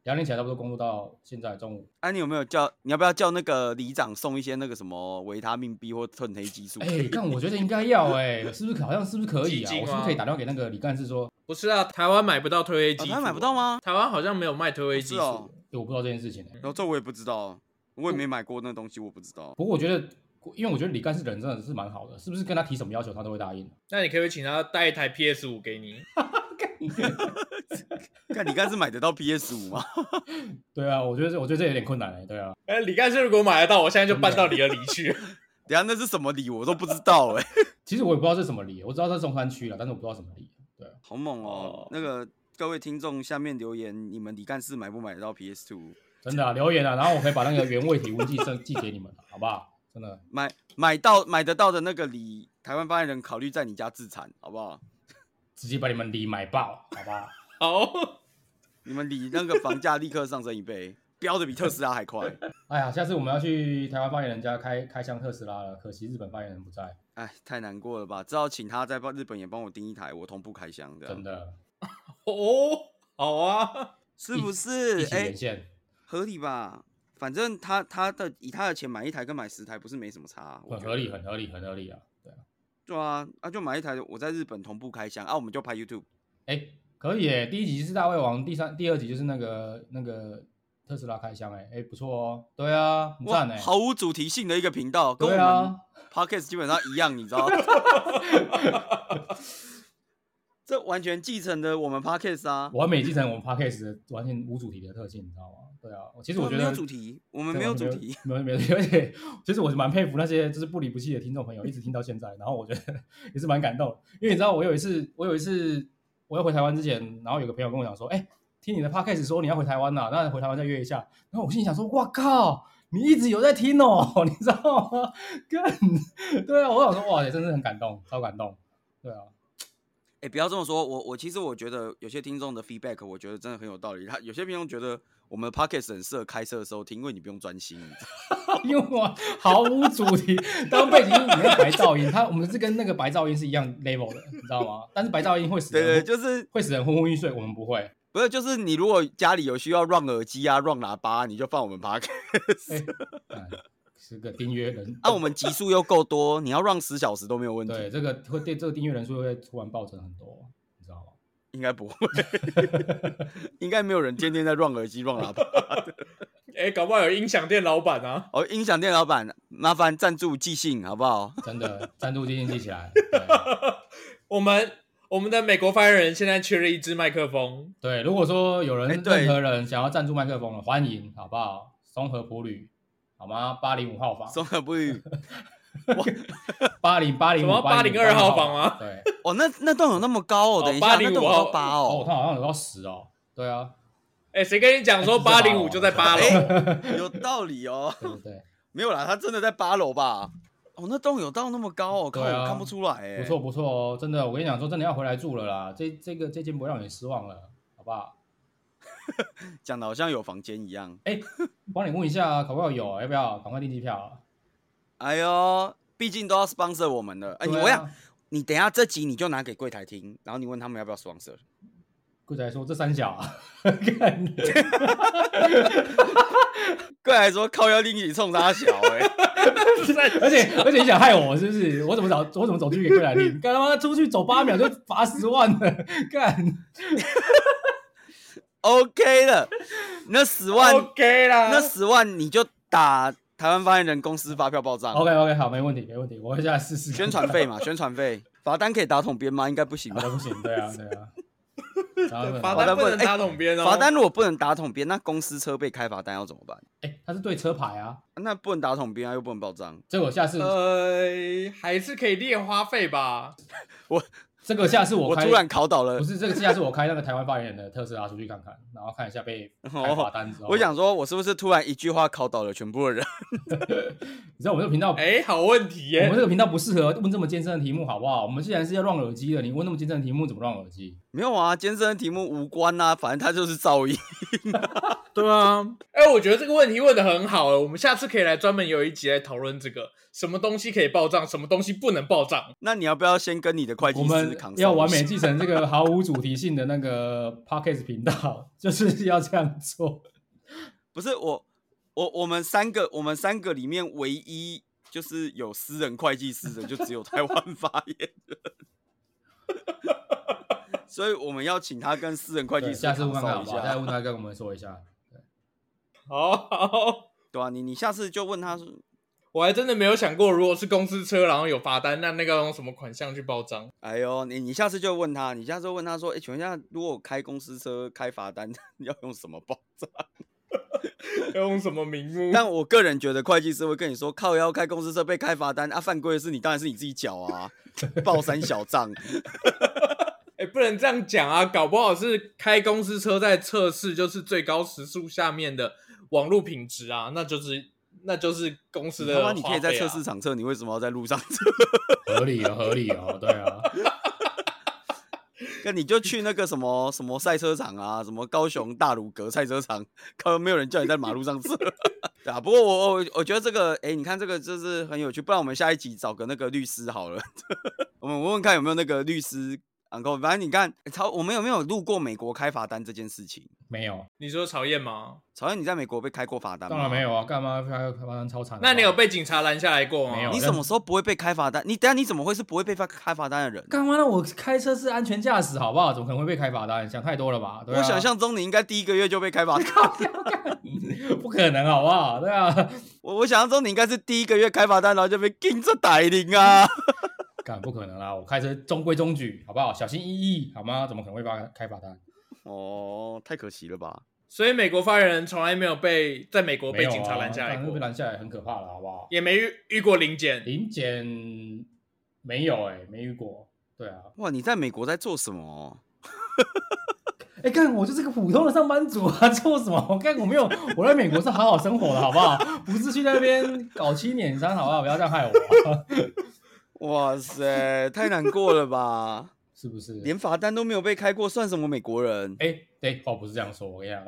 [SPEAKER 3] 两点起来，差不多工作到现在中午。
[SPEAKER 2] 啊，你有没有叫？你要不要叫那个里长送一些那个什么维他命 B 或褪黑激 素？
[SPEAKER 3] 哎，但我觉得应该要哎，是不是好像是不是可以
[SPEAKER 1] 基
[SPEAKER 3] 啊？
[SPEAKER 1] 金吗
[SPEAKER 3] 我是不是可以打电话给那个李干事说，
[SPEAKER 1] 不是啊，台湾买不到褪黑激素、
[SPEAKER 2] 哦
[SPEAKER 3] 啊
[SPEAKER 2] 台湾买不到吗？
[SPEAKER 1] 台湾好像没有卖褪黑激素。
[SPEAKER 2] 是哦
[SPEAKER 3] 哎我不知道这件事情哎。
[SPEAKER 2] 然后这我也不知道，我也没买过那东西，我不知 道。
[SPEAKER 3] 不过我觉得，因为我觉得李干事人真的是蛮好的，是不是跟他提什么要求他都会答应？
[SPEAKER 1] 那你可不可以请他带一台 PS 五给你？
[SPEAKER 2] 看你该是买得到 PS 五吗？
[SPEAKER 3] 对啊，我觉得这我觉得这有点困难哎、对啊，
[SPEAKER 1] 哎、李干事如果买得到，我现在就搬到你的里 去。
[SPEAKER 2] 等一下那是什么礼我都不知道哎、
[SPEAKER 3] 其实我也不知道是什么理，我知道在中山区了，但是我不知道什么理。对啊，
[SPEAKER 2] 好猛哦！
[SPEAKER 1] 哦
[SPEAKER 2] 那个各位听众下面留言，你们李干事买不买得到 PS Two？
[SPEAKER 3] 真的、啊、留言啊，然后我可以把那个原味体温计 寄寄给你们，啊好不好？真的，
[SPEAKER 2] 买买到买得到的那个李台湾发言人考虑在你家自产，好不好？
[SPEAKER 3] 直接把你们理买爆，好不好？
[SPEAKER 1] 好，
[SPEAKER 2] 你们李那个房价立刻上升一倍，飙的比特斯拉还快。
[SPEAKER 3] 哎呀，下次我们要去台湾发言人家开开箱特斯拉了，可惜日本发言人不在。
[SPEAKER 2] 哎，太难过了吧？只好请他在帮日本也帮我订一台，我同步开箱的。
[SPEAKER 3] 真，的，
[SPEAKER 1] 哦，好啊，
[SPEAKER 2] 是不是
[SPEAKER 3] 一？起
[SPEAKER 2] 哎、
[SPEAKER 3] 连线，
[SPEAKER 2] 合理吧？反正他他的以他的钱买一台跟买十台不是没什么差、啊，我
[SPEAKER 3] 很
[SPEAKER 2] 觉
[SPEAKER 3] 合
[SPEAKER 2] 得
[SPEAKER 3] 理，。很合理，很合理啊，对啊，
[SPEAKER 2] 对啊，啊就买一台，我在日本同步开箱啊，我们就拍 YouTube。
[SPEAKER 3] 哎，可以耶，第一集是大胃王，第三第二集就是那个那个特斯拉开箱，哎哎，不错哦，对啊，很赞
[SPEAKER 2] 哇，
[SPEAKER 3] 哎，
[SPEAKER 2] 毫无主题性的一个频道，跟我
[SPEAKER 3] 对
[SPEAKER 2] 们
[SPEAKER 3] 啊，
[SPEAKER 2] Podcast 基本上一样，你知道？ 这完全继承了我们 Podcast 啊，
[SPEAKER 3] 完美继承我们 podcast 的完全无主题的特性，你知道吗？对啊，其实我觉
[SPEAKER 2] 没有
[SPEAKER 3] 得啊
[SPEAKER 2] 主题，我们没有主题，
[SPEAKER 3] 没有没有， 而且其实我是蛮佩服那些就是不离不弃的听众朋友，一直听到现在，然后我觉得 也是蛮感动，因为你知道我有一次，我有一次我要回台湾之前，然后有个朋友跟我讲说，哎、听你的 podcast 说你要回台湾啦、那回台湾再约一下，然后我心里想说，哇靠，你一直有在听哦， 你知道吗？干，对啊，我想说，哇，也真是很感动，超感动，对啊，
[SPEAKER 2] 哎、不要这么说，我我其实我觉得有些听众的 feedback，我觉得真的很有道理。他有些听众觉得我们 podcast 很适合开车的时候听，因为你不用专心。你 知道
[SPEAKER 3] 因为我毫无主题，当背景音里面白噪音，它我们是跟那个白噪音是一样 level 的，你知道吗？但是白噪音会使
[SPEAKER 2] 对
[SPEAKER 3] 人
[SPEAKER 2] 对，就是
[SPEAKER 3] 会使人昏昏欲睡，我们不会。
[SPEAKER 2] 不是就是你如果家里有需要 run 耳机啊、run 喇叭啊、你就放我们 podcast。
[SPEAKER 3] 哎、哎是个订阅人
[SPEAKER 2] 啊，我们集数又够多，你要 run 十小时都没有问
[SPEAKER 3] 对
[SPEAKER 2] 题，
[SPEAKER 3] 这个会对这个订阅人数会突然暴增很多，你知道吗？
[SPEAKER 2] 应该不会， 应该没有人天天在 run 耳机、run 喇叭。
[SPEAKER 1] 哎，搞不好有音响店老板啊，
[SPEAKER 2] 哦，音响店老板，麻烦赞助寄信好不好？
[SPEAKER 3] 真的，赞助基金记起来。对
[SPEAKER 1] 我们我们的美国发言人现在缺了一支麦克风，
[SPEAKER 3] 对，如果说有人、
[SPEAKER 2] 哎对
[SPEAKER 3] 任何人想要赞助麦克风了，欢迎，好不好？松河普旅，好吗？八零五号房，
[SPEAKER 2] 中和不语。
[SPEAKER 3] 八零八零
[SPEAKER 1] 什么
[SPEAKER 3] 五
[SPEAKER 1] 802号房吗
[SPEAKER 3] 对，
[SPEAKER 2] 哦，那那段有那么高哦？等一下，那段有
[SPEAKER 1] 805
[SPEAKER 2] 到八
[SPEAKER 3] 哦，
[SPEAKER 2] 哦，
[SPEAKER 3] 他好像有到十哦。对啊，
[SPEAKER 1] 哎，谁跟你讲说
[SPEAKER 3] 哎
[SPEAKER 1] 八
[SPEAKER 3] 这是
[SPEAKER 1] 零五就在八
[SPEAKER 3] 八
[SPEAKER 1] 楼？
[SPEAKER 2] 有道理哦。
[SPEAKER 3] 对对对，
[SPEAKER 2] 没有啦，他真的在八楼吧？哦，那栋有到那么高哦，靠，
[SPEAKER 3] 对啊
[SPEAKER 2] 我看不出来哎。
[SPEAKER 3] 不错，不错哦，真的，我跟你讲说，真的要回来住了啦，这这个这间不会让你失望了，好不好？
[SPEAKER 2] 讲的好像有房间一样。
[SPEAKER 3] 哎，帮你问一下，搞不好有，要不要赶快订机票啊？
[SPEAKER 2] 哎呦，毕竟都要 sponsor 我们了。哎，你
[SPEAKER 3] 对啊
[SPEAKER 2] 我想，你等一下这集你就拿给柜台听，然后你问他们要不要 sponsor。
[SPEAKER 3] 柜台说这三小啊， 干
[SPEAKER 2] 柜台说靠要拎你冲他小哎，
[SPEAKER 3] 而且而且你想害我是不是？我怎么找我怎么走进去给柜台领？干他妈出去走八秒就罚十万了，干
[SPEAKER 2] OK 了，那十万
[SPEAKER 1] OK 啦，
[SPEAKER 2] 那十万你就打台湾发言人公司发票报账，
[SPEAKER 3] OK OK 好，没问题没问题，我会下来试试看
[SPEAKER 2] 宣传费嘛，宣传费，罚单可以打统编吗？应该不行
[SPEAKER 3] 啊
[SPEAKER 2] 吧？
[SPEAKER 3] 都不行，对啊对 啊，然后
[SPEAKER 1] 罚
[SPEAKER 2] 好
[SPEAKER 1] 单
[SPEAKER 2] 的
[SPEAKER 1] 不能
[SPEAKER 2] 不哎
[SPEAKER 1] 打桶边哦，
[SPEAKER 2] 罚单如果不能打统编，那公司车被开罚单要怎么办？
[SPEAKER 3] 哎，他是对车牌啊，
[SPEAKER 2] 那不能打统编啊，又不能报账。
[SPEAKER 3] 这个我下次
[SPEAKER 1] 呃还是可以列花费吧。
[SPEAKER 3] 这个下次我
[SPEAKER 2] 我
[SPEAKER 3] 开
[SPEAKER 2] 突然呃考倒了
[SPEAKER 3] 不，是这个下次我开那个台湾发言人的特斯拉出去看看，然后看一下被开罚单之后，
[SPEAKER 2] 哦我想说，我是不是突然一句话考倒了全部的人？
[SPEAKER 3] 你知道我们这个频道
[SPEAKER 1] 哎，好问题
[SPEAKER 3] 我
[SPEAKER 1] 耶
[SPEAKER 3] 们这，个频道不适合问这么艰深的题目，好不好？我们既然是要乱耳机的，你问那么艰深的题目，怎么乱耳机？
[SPEAKER 2] 没有啊，健身的题目无关呐、啊，反正它就是噪 音。
[SPEAKER 1] 对啊，哎，我觉得这个问题问的很好哎，我们下次可以来专门有一集来讨论这个，什么东西可以报账，什么东西不能报账。
[SPEAKER 2] 那你要不要先跟你的会计
[SPEAKER 3] 我
[SPEAKER 2] 师
[SPEAKER 3] 们
[SPEAKER 2] 扛？
[SPEAKER 3] 要完美。继承这个毫无主题性的那个 podcast 频道，就是要这样做。
[SPEAKER 2] 不是我，我我们三个，我们三个里面唯一就是有私人会计师的，就只有台湾发言人。所以我们要请他跟私人会计
[SPEAKER 3] 对，
[SPEAKER 2] 师
[SPEAKER 3] 下次问看看
[SPEAKER 2] 扫
[SPEAKER 3] 好
[SPEAKER 2] 一
[SPEAKER 3] 不好？再
[SPEAKER 2] 下，
[SPEAKER 3] 问他跟我们说一下。
[SPEAKER 1] 哦好好。
[SPEAKER 2] 对啊，你你下次就问他说，
[SPEAKER 1] 我还真的没有想过，如果是公司车，然后有罚单，那那个用什么款项去报账？
[SPEAKER 2] 哎呦，你你下次就问他，你下次问他说，哎、请问一下，如果我开公司车开罚单， 要用什么报账？
[SPEAKER 1] 要用什么名目？
[SPEAKER 2] 但我个人觉得会计师会跟你说，靠腰开公司车被开罚单啊，犯规的是你，当然是你自己缴啊，报三小账。
[SPEAKER 1] 哎、不能这样讲啊，搞不好是开公司车在测试，就是最高时速下面的网络品质啊，那就是那就是公司
[SPEAKER 2] 他
[SPEAKER 1] 的、
[SPEAKER 2] 妈
[SPEAKER 1] 花
[SPEAKER 2] 你可以在
[SPEAKER 1] 费啊
[SPEAKER 2] 测试场测，你为什么要在路上测？
[SPEAKER 3] 合理哦，合理哦，对啊，
[SPEAKER 2] 跟你就去那个什么什 么赛车场啊，什么高雄大鲁阁赛车场，靠，没有人叫你在马路上测。 对啊，不过我我我觉得这个，哎、你看这个就是很有趣，不然我们下一集找个那个律师好了， 我们问问看有没有那个律师 uncle。反正你看，诶曹，我们有没有录过美国开罚单这件事情？
[SPEAKER 3] 没有，
[SPEAKER 1] 你说曹燕吗？
[SPEAKER 2] 曹燕，你在美国被开过罚单吗？
[SPEAKER 3] 当然没有啊，干嘛开开罚单超惨的吧？
[SPEAKER 1] 那你有被警察拦下来过吗？
[SPEAKER 3] 没有
[SPEAKER 2] 你
[SPEAKER 3] 但
[SPEAKER 2] 什么时候不会被开罚单？你等下你怎么会是不会被发开罚单的人？
[SPEAKER 3] 干嘛呢？我开车是安全驾驶，好不好？怎么可能会被开罚单？想太多了吧？对啊
[SPEAKER 2] 我想象中你应该第一个月就被开罚单，
[SPEAKER 3] 不可能，好不好？对啊，
[SPEAKER 2] 我我想象中你应该是第一个月开罚单，然后就被盯着逮零 啊。
[SPEAKER 3] 干不可能啦！我开车中规中矩，好不好？小心翼翼，好吗？怎么可能会发开罚单？
[SPEAKER 2] 哦，太可惜了吧？
[SPEAKER 1] 所以美国发言人从来没有被在美国被警察拦下来
[SPEAKER 3] 没有啊干
[SPEAKER 1] 过
[SPEAKER 3] 被，拦下来很可怕了，好不好？
[SPEAKER 1] 也没遇遇过临 检。
[SPEAKER 3] 临检没有哎、没遇过。对啊，
[SPEAKER 2] 哇，你在美国在做什么？
[SPEAKER 3] 哎、干我就是个普通的上班族啊， 做什么？我干我没有，我在美国是好好生活的，好不好？不是去那边搞七捻三，好不好？不要这样害我、啊
[SPEAKER 2] 哇塞，太难过了 吧？
[SPEAKER 3] 是不是？
[SPEAKER 2] 连罚单都没有被开过，算什么美国人？
[SPEAKER 3] 哎、对，话不是这样说，我跟你讲，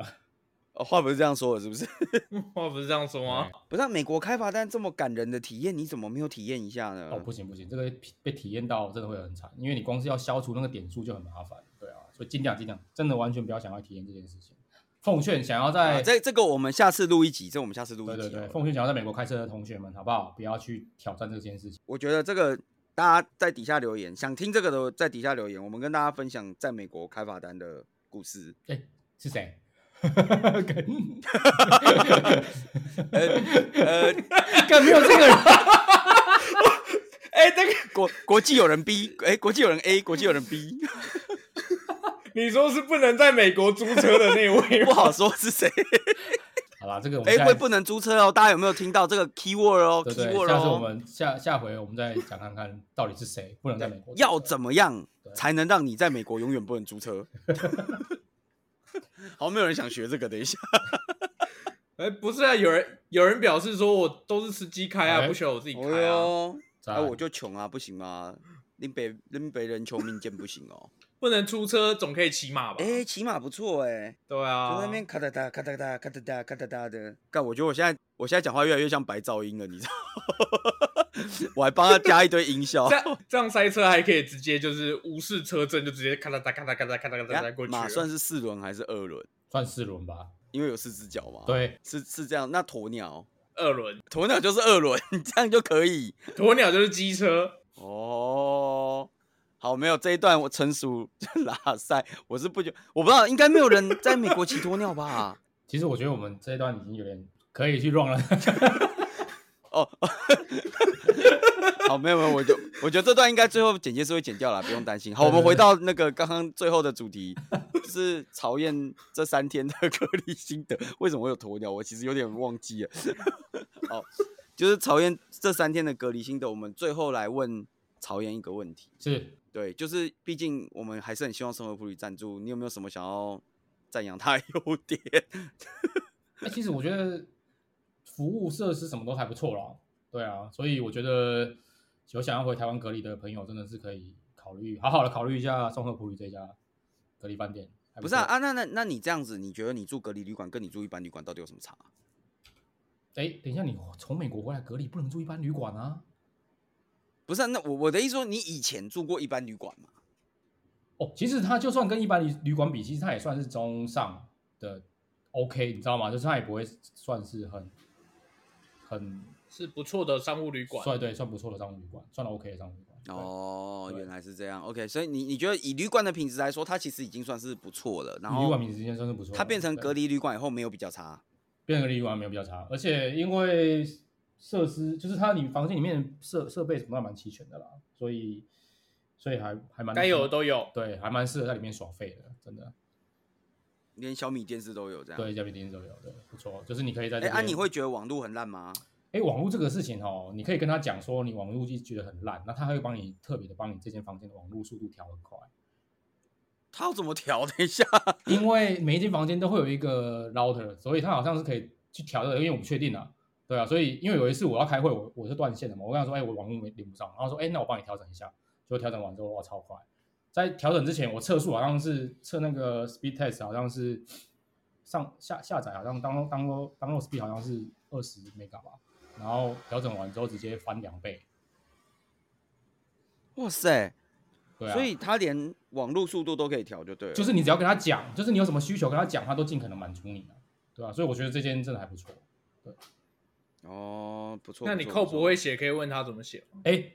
[SPEAKER 2] 哦话不是这样说的，是不是？
[SPEAKER 1] 话不是这样说吗？
[SPEAKER 2] 不是、啊、美国开罚单这么感人的体验，你怎么没有体验一下呢？
[SPEAKER 3] 哦，不行不行，这个体被体验到真的会很惨，因为你光是要消除那个点数就很麻烦，对啊，所以尽量尽量，真的完全不要想要体验这件事情。奉劝想要在、
[SPEAKER 2] 啊这这个我们下次录一集，这我们下次录一
[SPEAKER 3] 对
[SPEAKER 2] 集好
[SPEAKER 3] 对对，
[SPEAKER 2] 了
[SPEAKER 3] 奉劝想要在美国开车的同学们，好不好？不要去挑战这件事情。
[SPEAKER 2] 我觉得这个大家在底下留言，想听这个的在底下留言，我们跟大家分享在美国开罚单的故事。
[SPEAKER 3] 哎，是 谁？
[SPEAKER 2] 呃，
[SPEAKER 3] 干没有这个人，
[SPEAKER 1] 哎、这个
[SPEAKER 2] 国国际有人 B，哎、国际有人 A，国际有人 B，
[SPEAKER 1] 你说是不能在美国租车的那位
[SPEAKER 2] 不
[SPEAKER 1] 吗？
[SPEAKER 2] 好说是谁。
[SPEAKER 3] 好啦，这个我们
[SPEAKER 2] 哎、
[SPEAKER 3] 下
[SPEAKER 2] 会不能租车哦，大家有没有听到这个 keyword 哦
[SPEAKER 3] 对对，
[SPEAKER 2] ？keyword
[SPEAKER 3] 下次我
[SPEAKER 2] 哦，
[SPEAKER 3] 们下下回我们再讲看看到底是谁不能在美国
[SPEAKER 2] 要
[SPEAKER 3] 怎
[SPEAKER 2] 怎么样
[SPEAKER 3] 对
[SPEAKER 2] 才能让你在美国永远不能租 车？好，没有人想学这个，等一下。
[SPEAKER 1] 哎、不是啊，有人有人表示说我都是司机开啊，
[SPEAKER 3] 哎
[SPEAKER 1] 不喜欢我自己
[SPEAKER 2] 哦
[SPEAKER 1] 开啊，
[SPEAKER 2] 哟，哎、我就穷啊，不行吗？林北林北人穷命贱不行 哦。
[SPEAKER 1] 不能出车，总可以骑马吧？
[SPEAKER 2] 哎、骑马不错哎、
[SPEAKER 1] 对
[SPEAKER 2] 就
[SPEAKER 1] 啊
[SPEAKER 2] 在那，边咔哒哒咔哒哒咔哒哒咔哒哒的。干，我觉得我现在我现在讲话越来越像白噪音了，你知道？ 我还帮他加一堆音效
[SPEAKER 1] 这。样这样塞车还可以直接就是无视车阵就直接咔哒哒咔哒咔哒咔哒咔
[SPEAKER 2] 等
[SPEAKER 1] 哒
[SPEAKER 2] 下
[SPEAKER 1] 过去了。啊
[SPEAKER 2] 马算是四轮还是二轮？
[SPEAKER 3] 算四轮吧？
[SPEAKER 2] 因为有四只脚嘛。，
[SPEAKER 3] 对，
[SPEAKER 2] 是是这样。那鸵鸟，
[SPEAKER 1] 二轮，
[SPEAKER 2] 鸵鸟就是二轮， 这样就可以。
[SPEAKER 1] 鸵鸟就是机车，
[SPEAKER 2] 哦，好，没有这一段我成熟 拉塞，我是不觉，我不知道，应该没有人在美国骑鸵鸟吧？
[SPEAKER 3] 其实我觉得我们这一段已经有点可以去 run 了。
[SPEAKER 2] 哦， 好，没有没有，我就我觉得这段应该最后剪接是会剪掉了，不用担心。好，我们回到那个刚刚最后的主题，就是曹燕这三天的隔离心得，为什么会有鸵鸟？我其实有点忘记了。好，就是曹燕这三天的隔离心得，我们最后来问曹燕一个问题。
[SPEAKER 3] 是，
[SPEAKER 2] 对，就是毕竟我们还是很希望生活普里赞助，你有没有什么想要赞扬他的优点？
[SPEAKER 3] 哎、其实我觉得服务设施什么都还不错啦。对啊，所以我觉得有想要回台湾隔离的朋友，真的是可以考虑好好的考虑一下松鹤普里这家隔离饭店。还
[SPEAKER 2] 不是啊，
[SPEAKER 3] 错，
[SPEAKER 2] 啊那那那你这样子，你觉得你住隔离旅馆跟你住一般旅馆到底有什么差？
[SPEAKER 3] 哎、等一下，你从美国回来隔离不能住一般旅馆啊？
[SPEAKER 2] 不是、啊，那我我的意思说，你以前住过一般旅馆嘛？
[SPEAKER 3] 哦，其实它就算跟一般旅旅馆比，其实它也算是中上的 OK，你知道吗？就是它也不会算是很很
[SPEAKER 1] 是不错的商务旅馆。
[SPEAKER 3] 算对算不错的商务旅馆，算 OK 的商务旅馆。对，
[SPEAKER 2] 哦，
[SPEAKER 3] 对
[SPEAKER 2] 原来是这样。OK，所以你你觉得以旅馆的品质来说，它其实已经算是不错了。然
[SPEAKER 3] 旅
[SPEAKER 2] 后
[SPEAKER 3] 馆品质应该算是不错的。
[SPEAKER 2] 它变成
[SPEAKER 3] 对
[SPEAKER 2] 隔离旅馆以后没有比较差。
[SPEAKER 3] 变成旅馆没有比较差，而且因为设施就是它你房间里面设设备什么都还蛮齐全的啦，所以所以还还蛮
[SPEAKER 1] 该有的都有，
[SPEAKER 3] 对，还蛮适合在里面耍废的，真
[SPEAKER 2] 啊
[SPEAKER 3] 的。
[SPEAKER 2] 连小米电视都有这样。
[SPEAKER 3] 对，嘉宾店都有的，不错，就是你可以在这
[SPEAKER 2] 哎、
[SPEAKER 3] 边。
[SPEAKER 2] 啊，你会觉得网络很烂吗？
[SPEAKER 3] 哎，网络这个事情哦，你可以跟他讲说你网络就觉得很烂，那他会帮你特别的帮你这间房间的网络速度调很快，
[SPEAKER 2] 它要怎么调？ 等一下，
[SPEAKER 3] 因为每一间房间都会有一个 router，所以它好像是可以去调的，因为我不确定啊。对啊，所以因为有一次我要开会，我我是断线的嘛，我跟他说，哎、我网络没连不上，然后说，哎、那我帮你调整一下，就调整完之后，哇，超快！在调整之前，我测速好像是测那个 speed test，好像是上下下载好像当当当当 speed 好像是二十 mega 吧，然后调整完之后直接翻两倍。
[SPEAKER 2] 哇塞，
[SPEAKER 3] 对啊，
[SPEAKER 2] 所以它连网络速度都可以调，就对了。
[SPEAKER 3] 就是你只要跟他讲，就是你有什么需求跟他讲，他都尽可能满足你啊，对吧、所以我觉得这件真的还不错。
[SPEAKER 2] 哦，不错。
[SPEAKER 1] 那你
[SPEAKER 2] 错
[SPEAKER 1] 扣不？会
[SPEAKER 2] 错
[SPEAKER 1] 写，可以问他怎么写吗？
[SPEAKER 3] 哎、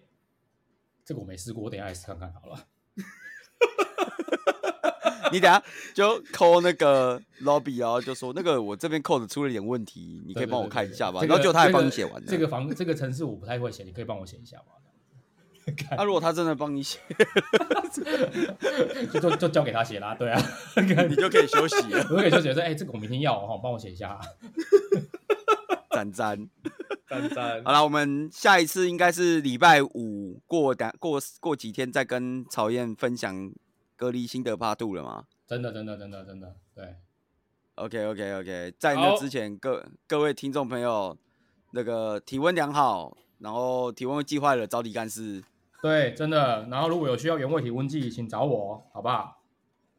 [SPEAKER 3] 这个我没试过，我等一下来试看看好了。
[SPEAKER 2] 你等下就扣那个 lobby，然后就说那个我这边扣的出了点问题，你可以帮我看一下吧。
[SPEAKER 3] 对
[SPEAKER 2] 然
[SPEAKER 3] 对
[SPEAKER 2] 后
[SPEAKER 3] 对对
[SPEAKER 2] 就他还
[SPEAKER 3] 这个
[SPEAKER 2] 帮你写完了。
[SPEAKER 3] 这个房这个城市我不太会写，你可以帮我写一下吗？
[SPEAKER 2] 那、啊如果他真的帮你写，
[SPEAKER 3] 就就就交给他写啦，对啊。看
[SPEAKER 2] 你就可以休息了。
[SPEAKER 3] 我就可以就觉得，哎、这个我明天要哦，帮我写一下。
[SPEAKER 2] 赞赞。
[SPEAKER 1] 赞赞
[SPEAKER 2] 好，了，我们下一次应该是礼拜五过两过过几天再跟曹燕分享隔离心得 Part Two 了吗
[SPEAKER 3] 真的，真的，真的，真的，对，
[SPEAKER 2] ？OK OK OK，在那
[SPEAKER 1] 好
[SPEAKER 2] 之前，各各位听众朋友，那个体温良好，然后体温计坏了找李干事。
[SPEAKER 3] 对，真的。然后如果有需要原味体温计，请找我，好不好？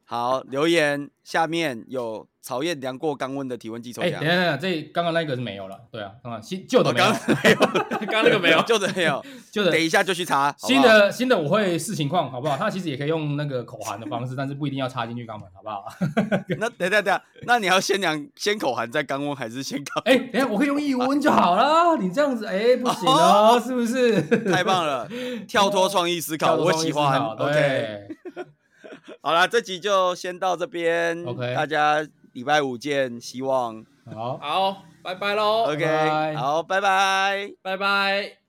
[SPEAKER 2] 好，留言下面有曹燕量过肛温的体温计抽
[SPEAKER 3] 哎、
[SPEAKER 2] 奖，
[SPEAKER 3] 等一，下，等一下，这刚刚那个是没有了，对啊，刚刚新旧的没有，
[SPEAKER 1] 刚刚那个没有
[SPEAKER 2] 就这没有，
[SPEAKER 3] 旧的
[SPEAKER 2] 哦等一下就去查。好不好
[SPEAKER 3] 新的新的我会视情况，好不好？他其实也可以用那个口含的 方式，但是不一定要插进去肛门，好不好？
[SPEAKER 2] 那等一下等一下，那你要先量先口含再肛温，还是先肛？
[SPEAKER 3] 哎、等一下我可以用异温就 好啦。你这样子，哎、不行哦，是不是？
[SPEAKER 2] 太棒了，跳脱创意思考，我喜 欢。OK，
[SPEAKER 3] 对，
[SPEAKER 2] 好啦，这集就先到这边。
[SPEAKER 3] OK
[SPEAKER 2] 大家礼拜五见，希望。
[SPEAKER 3] 好，
[SPEAKER 1] 好，拜拜喽，
[SPEAKER 2] OK，
[SPEAKER 3] 拜
[SPEAKER 2] 好，拜拜。
[SPEAKER 1] 拜拜。